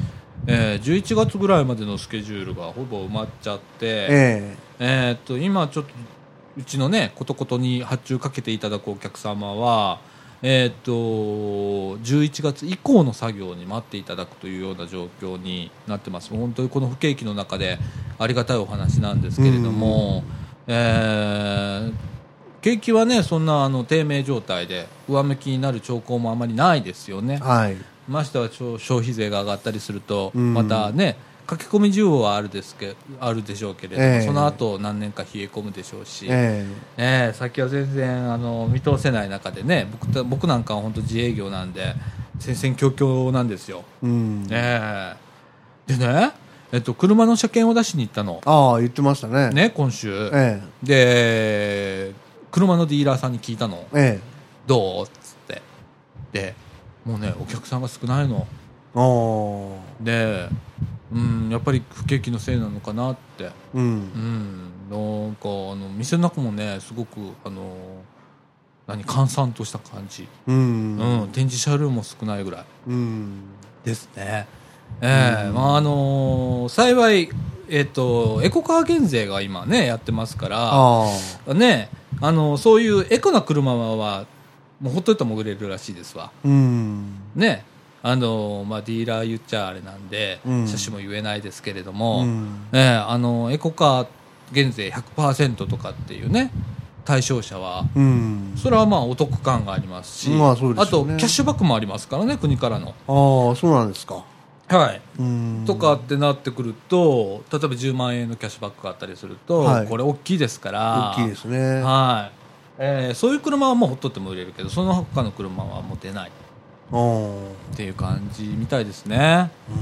[SPEAKER 2] えー11月ぐらいまでのスケジュールがほぼ埋まっちゃって
[SPEAKER 1] え
[SPEAKER 2] えーっと今ちょっとうちのねことことに発注かけていただくお客様はえーっと11月以降の作業に待っていただくというような状況になってます本当にこの不景気の中でありがたいお話なんですけれども、えー景気はねそんなあの低迷状態で上向きになる兆候もあまりないですよね
[SPEAKER 1] え。はい
[SPEAKER 2] ましては消消費税が上がったりすると、
[SPEAKER 1] うん
[SPEAKER 2] またね、駆け込み需要はあるですけあるでしょうけれども、
[SPEAKER 1] ええ
[SPEAKER 2] その後何年か冷え込むでしょうし、え
[SPEAKER 1] え
[SPEAKER 2] え先は全然あの見通せない中でね、僕た僕なんかは本当自営業なんで、戦々恐々なんですよ。
[SPEAKER 1] えうん
[SPEAKER 2] ええでね、えっと、車の車検を出しに行ったの、
[SPEAKER 1] ああ言ってましたね
[SPEAKER 2] ね、今週、
[SPEAKER 1] え
[SPEAKER 2] で、車のディーラーさんに聞いたの、
[SPEAKER 1] えええ
[SPEAKER 2] どうっつって。で、もうね、お客さんが少ないの。
[SPEAKER 1] おー
[SPEAKER 2] で、うん、やっぱり不景気のせいなのかなって、
[SPEAKER 1] う
[SPEAKER 2] うんん、なんかあの店の中もねすごくあの何閑散とした感じ、
[SPEAKER 1] う
[SPEAKER 2] うんん展示車両も少ないぐらい
[SPEAKER 1] うん
[SPEAKER 2] ですね、ええまああの幸い、えっとエコカー減税が今ねやってますから
[SPEAKER 1] あ
[SPEAKER 2] ねあのそういうエコな車はもうほっといても売れるらしいですわ
[SPEAKER 1] あうん
[SPEAKER 2] ねあのまあ、ディーラー言っちゃあれなんで、
[SPEAKER 1] うん
[SPEAKER 2] 車種も言えないですけれども、
[SPEAKER 1] うん
[SPEAKER 2] ええあのエコカー減税100%とかっていうね対象者は
[SPEAKER 1] うん
[SPEAKER 2] それはまあお得感がありますし、
[SPEAKER 1] まあそうですよ
[SPEAKER 2] あ
[SPEAKER 1] ね
[SPEAKER 2] とキャッシュバックもありますからね国からの、
[SPEAKER 1] ああそうなんですか
[SPEAKER 2] はい
[SPEAKER 1] うん
[SPEAKER 2] とかってなってくると例えば10万円のキャッシュバックがあったりすると、
[SPEAKER 1] はい
[SPEAKER 2] これ大きいですから
[SPEAKER 1] 大きいですねあ
[SPEAKER 2] はいええそういう車はもうほっとっても売れるけどその他の車はもう出ない
[SPEAKER 1] あうん
[SPEAKER 2] っていう感じみたいですね、え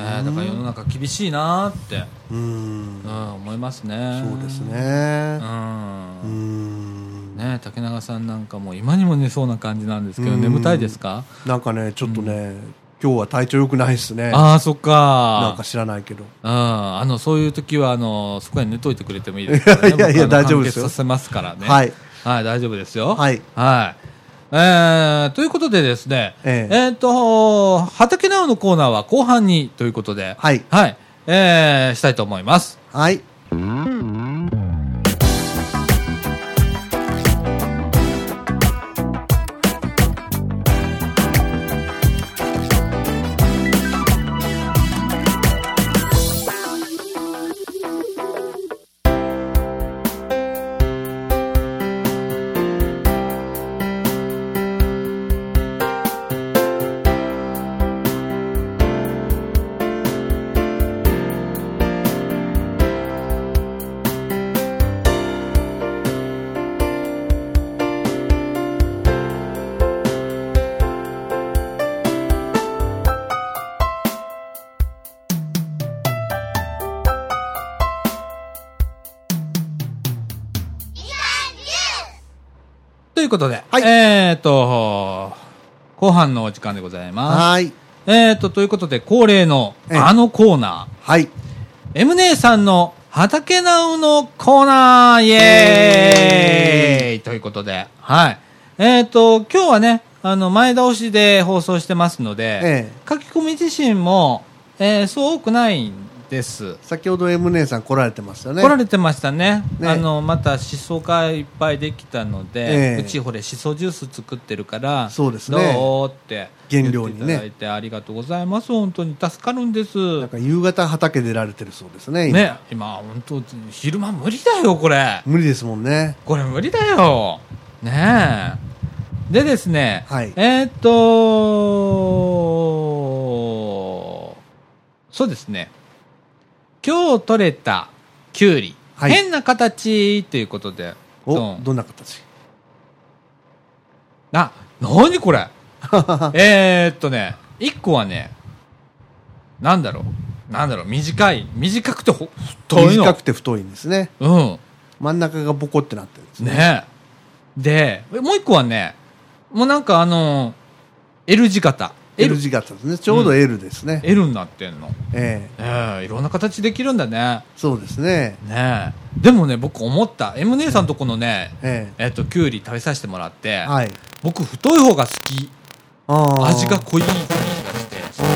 [SPEAKER 2] えだから世の中厳しいなーって、
[SPEAKER 1] うん
[SPEAKER 2] うん、思いますね
[SPEAKER 1] そうですね
[SPEAKER 2] うん
[SPEAKER 1] うん
[SPEAKER 2] ね竹永さんなんかもう今にも寝そうな感じなんですけど
[SPEAKER 1] うん
[SPEAKER 2] 眠たいですか、
[SPEAKER 1] なんかねちょっとね今日は体調良くないですね
[SPEAKER 2] ああそっ
[SPEAKER 1] なん
[SPEAKER 2] か
[SPEAKER 1] か知らないけど
[SPEAKER 2] うん、あのそういう時はあのそこに寝といてくれてもいいですからね
[SPEAKER 1] いやいや
[SPEAKER 2] 僕はあの
[SPEAKER 1] 大丈夫ですよ
[SPEAKER 2] 完結させますからね
[SPEAKER 1] はい、
[SPEAKER 2] はい、大丈夫ですよ
[SPEAKER 1] はい
[SPEAKER 2] はいえーということでですね、
[SPEAKER 1] ええ
[SPEAKER 2] っと、畑直のコーナーは後半にということで、
[SPEAKER 1] はい
[SPEAKER 2] はい、えーしたいと思います。
[SPEAKER 1] はい
[SPEAKER 2] ということで、
[SPEAKER 1] はい
[SPEAKER 2] えっと、後半のお時間でございます。
[SPEAKER 1] はい
[SPEAKER 2] えー、と、ということで、恒例の、
[SPEAKER 1] ええ
[SPEAKER 2] あのコーナ
[SPEAKER 1] はい
[SPEAKER 2] ー、M 姉さんの、畑直のコーナー、イエーイということで、はい。えー、と、今日はね、あの、前倒しで放送してますので、
[SPEAKER 1] ええ
[SPEAKER 2] 書き込み自身も、えーそう多くないん
[SPEAKER 3] です。
[SPEAKER 1] 先ほど M 姉さん来られてましたね
[SPEAKER 2] 来られてましたね
[SPEAKER 1] ね
[SPEAKER 2] あのまたしそがいっぱいできたので、
[SPEAKER 1] ええ
[SPEAKER 2] うちほれしそジュース作ってるから
[SPEAKER 1] そうですね
[SPEAKER 2] どうって
[SPEAKER 1] 原料に
[SPEAKER 2] 言
[SPEAKER 1] ね
[SPEAKER 2] っていただいてありがとうございます本当に助かるんです
[SPEAKER 1] なんか夕方畑出られてるそうですね今
[SPEAKER 2] ね今本当昼間無理だよこれ
[SPEAKER 1] 無理ですもんね
[SPEAKER 2] これ無理だよねえでですね、
[SPEAKER 1] はい
[SPEAKER 2] えーっとそうですね今日取れたきゅうり、
[SPEAKER 1] はい
[SPEAKER 2] 変な形ということで
[SPEAKER 1] お
[SPEAKER 2] どん
[SPEAKER 1] どんな形
[SPEAKER 2] あ何こ れえーっとね1個はねなんだろうなんだろう短い短くてほ太いの
[SPEAKER 1] 短くて太いんですね
[SPEAKER 2] うん
[SPEAKER 1] 真ん中がボコってなってるんですね
[SPEAKER 2] ねえ。で、えもう一個はね、もうなんかあの、L 字型。
[SPEAKER 1] L
[SPEAKER 2] L,
[SPEAKER 1] 字型ですねちょうど L ですね、
[SPEAKER 2] L になってんの。ね
[SPEAKER 1] ええ
[SPEAKER 2] え、いろんな形できるんだね。
[SPEAKER 1] そうですね
[SPEAKER 2] ねえ。でもね、僕思った。M 姉さんとこのね、
[SPEAKER 1] え
[SPEAKER 2] えっと、きゅうり食べさせてもらって、
[SPEAKER 1] えはい
[SPEAKER 2] 僕太い方が好き。
[SPEAKER 1] あー
[SPEAKER 2] 味が濃い感じがして、好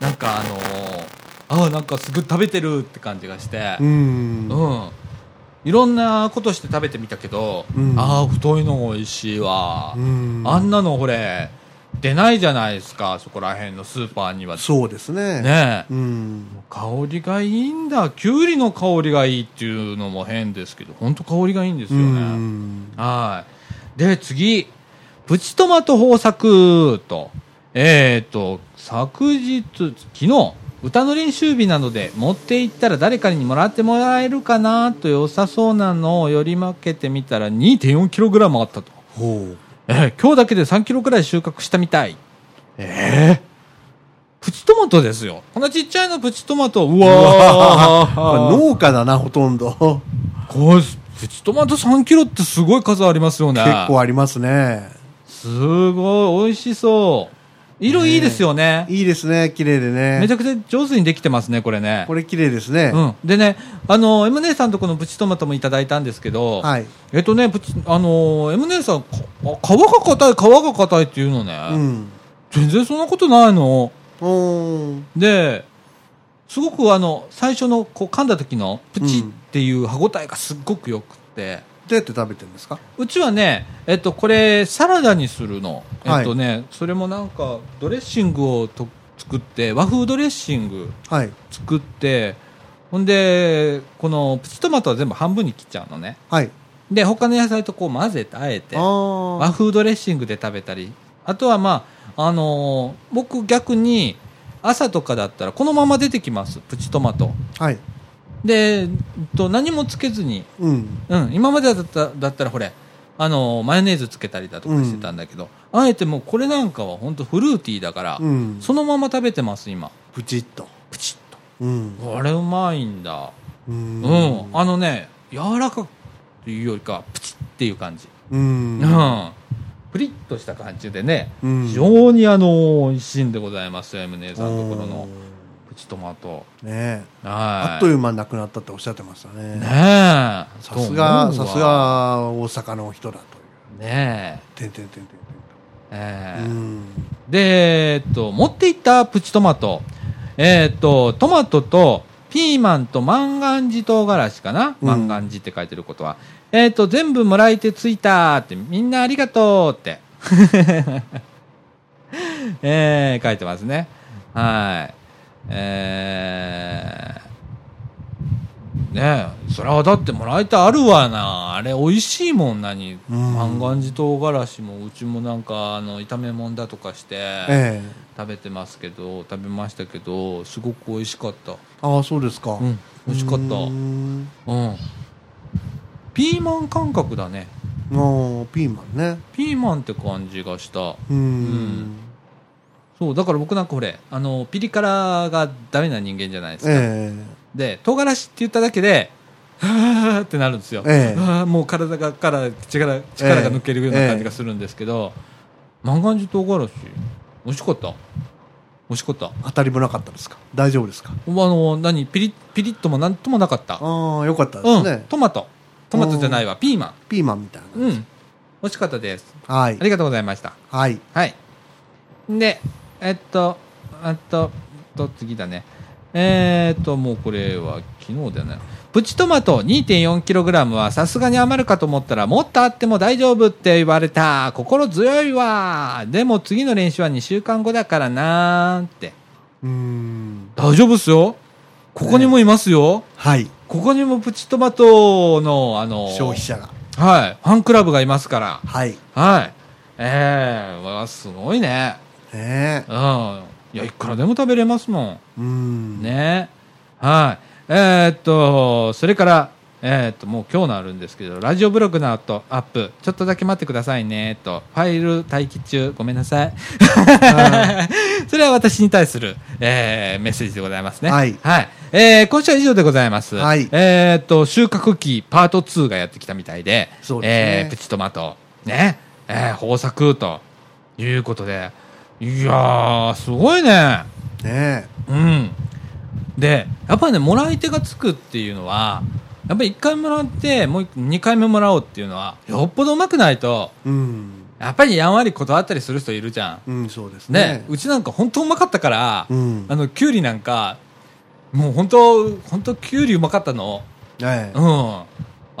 [SPEAKER 2] き。なんかあのああ、なんかすぐ食べてるって感じがして。
[SPEAKER 1] うん
[SPEAKER 2] うん。いろんなことして食べてみたけど、
[SPEAKER 1] うん
[SPEAKER 2] ああ、太いの美味しいわ。
[SPEAKER 1] うん
[SPEAKER 2] あんなのほれ、出ないじゃないですか、そこら辺のスーパーには。
[SPEAKER 1] そうですね
[SPEAKER 2] ねえ。
[SPEAKER 1] うん
[SPEAKER 2] 香りがいいんだ。きゅうりの香りがいいっていうのも変ですけど、ほんと香りがいいんです
[SPEAKER 1] う
[SPEAKER 2] よね。
[SPEAKER 1] ん
[SPEAKER 2] はい。で、次。プチトマト豊作と。えっ、と、昨日、昨日、歌の練習日なので、持って行ったら誰かにもらってもらえるかなと良さそうなのをよりまけてみたら 2.4kg あったと。
[SPEAKER 1] ほう
[SPEAKER 2] えー今日だけで3キロくらい収穫したみたい。ええプチトマトですよ。こんなちっちゃいのプチトマト。うわー
[SPEAKER 1] まあ農家だなほとんど
[SPEAKER 2] これプチトマト3キロってすごい数ありますよね。
[SPEAKER 1] 結構ありますね
[SPEAKER 2] すごい、美味しそう。色いいですよね。
[SPEAKER 1] いいですね綺麗でね
[SPEAKER 2] めちゃくちゃ上手にできてますね、これね。
[SPEAKER 1] これ綺麗ですね、
[SPEAKER 2] うん、でね、あの、M 姉さんとこのプチトマトもいただいたんですけど、
[SPEAKER 1] はい
[SPEAKER 2] えっとね、プチ、あの、M 姉さん、かあ皮が硬い、皮が硬いっていうのね、
[SPEAKER 1] うん
[SPEAKER 2] 全然そんなことないの。
[SPEAKER 1] おー
[SPEAKER 2] で、すごくあの、最初のこう噛んだ時のプチっていう歯ごたえがすっごくよくって、
[SPEAKER 1] どうやって食べてるんですか
[SPEAKER 2] うちはね、えっと、これ、サラダにするの。
[SPEAKER 1] は
[SPEAKER 2] え
[SPEAKER 1] い
[SPEAKER 2] っとね、それもなんか、ドレッシングをと作って、和風ドレッシング
[SPEAKER 1] はい
[SPEAKER 2] 作って、ほんで、このプチトマトは全部半分に切っちゃうのね。
[SPEAKER 1] はい
[SPEAKER 2] で、他の野菜とこう混ぜて、あえて、
[SPEAKER 1] あー
[SPEAKER 2] 和風ドレッシングで食べたり、あとはまあ、あのー僕逆に、朝とかだったら、このまま出てきます、プチトマト。
[SPEAKER 1] はい
[SPEAKER 2] で、えっと、何もつけずに、
[SPEAKER 1] うん
[SPEAKER 2] うん、今までだっただったらほれ、あのーマヨネーズつけたりだとかしてたんだけど、あえてもうこれなんかは本当フルーティーだから、
[SPEAKER 1] うん
[SPEAKER 2] そのまま食べてます今
[SPEAKER 1] プチッと
[SPEAKER 2] プチッと
[SPEAKER 1] うん
[SPEAKER 2] これうまいんだ
[SPEAKER 1] う
[SPEAKER 2] うんん、あのね柔らかくっていうよりかプチッっていう感じ
[SPEAKER 1] うん
[SPEAKER 2] うん、プリッとした感じでね、
[SPEAKER 1] うん
[SPEAKER 2] 非常にあのー美味しいんでございますよ M 姉さんのところ
[SPEAKER 1] お
[SPEAKER 2] の
[SPEAKER 1] ー
[SPEAKER 2] プチトマト
[SPEAKER 1] ねえあ
[SPEAKER 2] は
[SPEAKER 1] っ
[SPEAKER 2] い
[SPEAKER 1] という間なくなったっておっしゃってましたね
[SPEAKER 2] ねえ
[SPEAKER 1] さす
[SPEAKER 2] と思
[SPEAKER 1] が
[SPEAKER 2] う
[SPEAKER 1] さ
[SPEAKER 2] わ
[SPEAKER 1] すが大阪の人だという
[SPEAKER 2] ね
[SPEAKER 1] てんてんてんてんてん
[SPEAKER 2] えええ
[SPEAKER 1] とうん
[SPEAKER 2] で、えっと、持っていったプチトマト。えっと、トマトとピーマンと万願寺唐辛子かな、
[SPEAKER 1] うん
[SPEAKER 2] 万願寺って書いてることは。えっと、全部もらえてついたって、みんなありがとうって。 えー、書いてますね。はい。えー、ねえ、それはだってもらえてあるわな。あれ、美味しいもんなに。
[SPEAKER 1] うん
[SPEAKER 2] 万願寺唐辛子も、うちもなんか、あの、炒め物だとかして、
[SPEAKER 1] ええ
[SPEAKER 2] 食べてますけど、食べましたけど、すごく美味しかった。
[SPEAKER 1] ああそうですか
[SPEAKER 2] うん、美味しかった。
[SPEAKER 1] う
[SPEAKER 2] うん。
[SPEAKER 1] ん
[SPEAKER 2] ピーマン感覚だね。
[SPEAKER 1] あーピーマンね
[SPEAKER 2] ピーマンって感じがした。
[SPEAKER 1] う
[SPEAKER 2] うん
[SPEAKER 1] ん
[SPEAKER 2] そう、だから僕なんかほれ、あの、ピリ辛がダメな人間じゃないですか。
[SPEAKER 1] え
[SPEAKER 2] で、唐辛子って言っただけで、はぁーってなるんですよ。
[SPEAKER 1] ええ
[SPEAKER 2] はぁーもう体がから力力が抜けるような感じがするんですけど、万願寺唐辛子、美味しかった。美味しかった。あ
[SPEAKER 1] え当たりもなかったですか大丈夫ですか
[SPEAKER 2] の、何ピリッ、ピリッともなんともなかった。
[SPEAKER 1] ああよかったで
[SPEAKER 2] う
[SPEAKER 1] す
[SPEAKER 2] ん、
[SPEAKER 1] ね
[SPEAKER 2] トマト。トマトじゃないわ、ピーマ
[SPEAKER 1] ピーマンみたいな
[SPEAKER 2] ン。
[SPEAKER 1] 感
[SPEAKER 2] う
[SPEAKER 1] じ
[SPEAKER 2] ん。美味しかったです。
[SPEAKER 1] はい
[SPEAKER 2] ありがとうございました。
[SPEAKER 1] はい
[SPEAKER 2] はい。で、えっと、えっと、えっと次だね。えー、っと、もうこれは昨日だよね。プチトマト 2.4kg はさすがに余るかと思ったらもっとあっても大丈夫って言われた。心強いわ。でも次の練習は2週間後だからなーって。
[SPEAKER 1] うーん。
[SPEAKER 2] 大丈夫っすよ。ここにもいますよ。
[SPEAKER 1] はい。
[SPEAKER 2] ここにもプチトマトの、あの、
[SPEAKER 1] 消費者が。
[SPEAKER 2] はい、ファンクラブがいますから。
[SPEAKER 1] はい。
[SPEAKER 2] はい。ええわあすごいね。
[SPEAKER 1] ねえ。
[SPEAKER 2] うん。いや、いくらでも食べれますも
[SPEAKER 1] うーん。
[SPEAKER 2] ん。ね。はい。えーっと、それから、えーっと、もう今日のあるんですけど、ラジオブログのアットアップ、ちょっとだけ待ってくださいね、と。ファイル待機中、ごめんなさい。 それは私に対する、えーメッセージでございますね。
[SPEAKER 1] はい
[SPEAKER 2] はい。えー今週は以上でございます。
[SPEAKER 1] はい
[SPEAKER 2] えーっと、収穫期パート2がやってきたみたいで、
[SPEAKER 1] そうですね
[SPEAKER 2] えープチトマト、ね、えー豊作ということで、いやー、すごいね。
[SPEAKER 1] ね
[SPEAKER 2] うん。で、やっぱりね、もらい手がつくっていうのは、やっぱり1回もらって、もう2回目もらおうっていうのは、よっぽどうまくないと、
[SPEAKER 1] え。うん。
[SPEAKER 2] やっぱりやんわり断ったりする人いるじゃん。
[SPEAKER 1] うん、そうです
[SPEAKER 2] ね
[SPEAKER 1] ね。
[SPEAKER 2] うちなんか本当うまかったから、
[SPEAKER 1] うん
[SPEAKER 2] あのキュウリなんかもう本当本当キュウリうまかったの
[SPEAKER 1] え
[SPEAKER 2] うんあ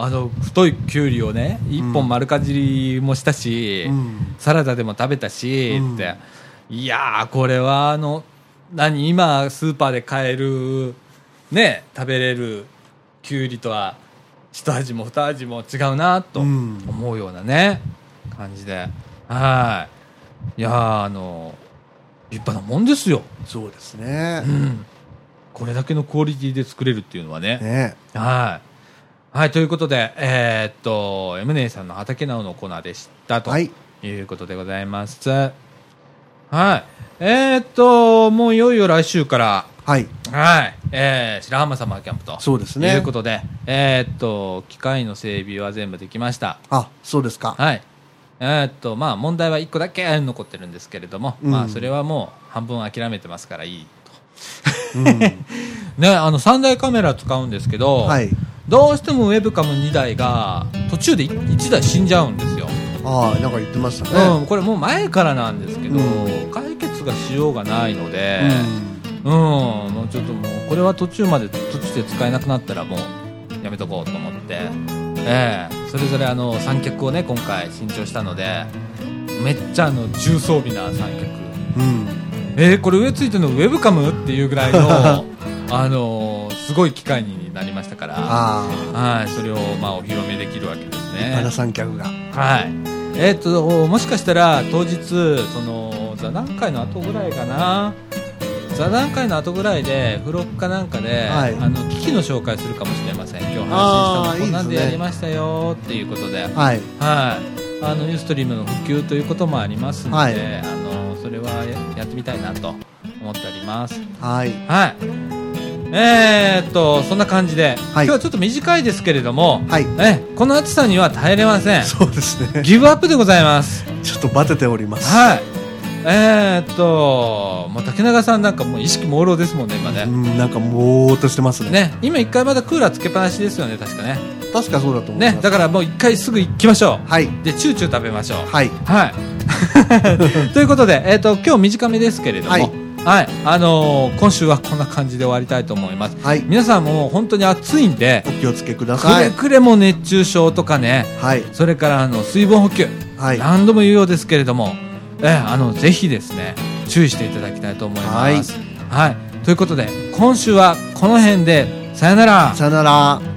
[SPEAKER 2] の太いキュウリをね一本丸かじりもしたし、
[SPEAKER 1] え。うん。
[SPEAKER 2] サラダでも食べたし、
[SPEAKER 1] うん
[SPEAKER 2] っていやーこれはあの何今スーパーで買えるね食べれるキュウリとは一味も二味も違うなと
[SPEAKER 1] うん
[SPEAKER 2] 思うようなね、感じではいいやーあの立派なもんですよ、
[SPEAKER 1] そうですね
[SPEAKER 2] う。ん、これだけのクオリティで作れるっていうのはね
[SPEAKER 1] ね
[SPEAKER 2] はい。はい、ということで、えーっと、M 姉さんの畑直のコーナーでしたと。
[SPEAKER 1] はいいう
[SPEAKER 2] ことでございます。はい。えーっと、もういよいよ来週から、
[SPEAKER 1] え。はい。
[SPEAKER 2] はい。えー白浜サマーキャンプと。
[SPEAKER 1] そうですね
[SPEAKER 2] いうことで、えーっと、機械の整備は全部できました。
[SPEAKER 1] あ、そうですか。
[SPEAKER 2] はい。えーっと、まあ、問題は1個だけ残ってるんですけれども、
[SPEAKER 1] うん
[SPEAKER 2] まあ、それはもう半分諦めてますからいいと。
[SPEAKER 1] うん。
[SPEAKER 2] ね、あの、3台カメラ使うんですけど、
[SPEAKER 1] はい。
[SPEAKER 2] どうしてもウェブカム2台が途中で1台死んじゃうんですよ、
[SPEAKER 1] ああ、なんか言ってました
[SPEAKER 2] う
[SPEAKER 1] ね。
[SPEAKER 2] ん、これもう前からなんですけど、
[SPEAKER 1] う
[SPEAKER 2] 解決がしようがないので
[SPEAKER 1] うん。
[SPEAKER 2] うん、もうちょっともうこれは途中まで途中で使えなくなったらもうやめとこうと思って、ええそれぞれあの三脚をね今回新調したのでめっちゃあの重装備な三脚
[SPEAKER 1] うん。
[SPEAKER 2] えー、これ上ついてるのウェブカムっていうぐらい のあのすごい機械になりましたから
[SPEAKER 1] あ
[SPEAKER 2] はい、それをまあお披露目できるわけです
[SPEAKER 1] あ、原
[SPEAKER 2] ね。
[SPEAKER 1] さん客が。
[SPEAKER 2] はい。えっ、ともしかしたら当日その座談会の後ぐらいかな。座談会の後ぐらいでフロックかなんかで、
[SPEAKER 1] はい
[SPEAKER 2] あの機器の紹介するかもしれません。今日配信した
[SPEAKER 1] あ
[SPEAKER 2] の
[SPEAKER 1] ー
[SPEAKER 2] こんなんで
[SPEAKER 1] いいですね
[SPEAKER 2] やりましたよっていうことで、はい。
[SPEAKER 1] はい。
[SPEAKER 2] あのユーストリームの普及ということもありますので、
[SPEAKER 1] はい
[SPEAKER 2] あのそれはややってみたいなと思っております。
[SPEAKER 1] はい。
[SPEAKER 2] はい。えー、っと、そんな感じで、今
[SPEAKER 1] い
[SPEAKER 2] 日はちょっと短いですけれども、
[SPEAKER 1] はい
[SPEAKER 2] えこの暑さには耐えれません。
[SPEAKER 1] そうですね。
[SPEAKER 2] ギブアップでございます。
[SPEAKER 1] ちょっとバテております。
[SPEAKER 2] はい。えー、っと、もう竹永さんなんかもう意識朦朧ですもんね、今
[SPEAKER 1] う
[SPEAKER 2] ね。
[SPEAKER 1] ん、なんかもうとしてますね。
[SPEAKER 2] ね、今一回まだクーラーつけっぱなしですよね、確かね。
[SPEAKER 1] 確かそうだと思います。
[SPEAKER 2] ね、だからもう一回すぐ行きましょ
[SPEAKER 1] はい。
[SPEAKER 2] う。で、チューチュー食べましょう。
[SPEAKER 1] はい。
[SPEAKER 2] はい。 ということで、えっ、と、今日短めですけれども、は
[SPEAKER 1] はい
[SPEAKER 2] い。あのー今週はこんな感じで終わりたいと思います。
[SPEAKER 1] はい。
[SPEAKER 2] 皆さんも本当に暑いんで
[SPEAKER 1] お、気をつけくだ
[SPEAKER 2] く
[SPEAKER 1] さ
[SPEAKER 2] れ
[SPEAKER 1] い。
[SPEAKER 2] くれも熱中症とかね、
[SPEAKER 1] はい。
[SPEAKER 2] それからあの水分補給、
[SPEAKER 1] はい。
[SPEAKER 2] 何度も言うようですけれども、えーあのぜひですね、注意していただきたいと思います。はい。ということで、今週はこの辺で、さよなら。
[SPEAKER 1] さよなら。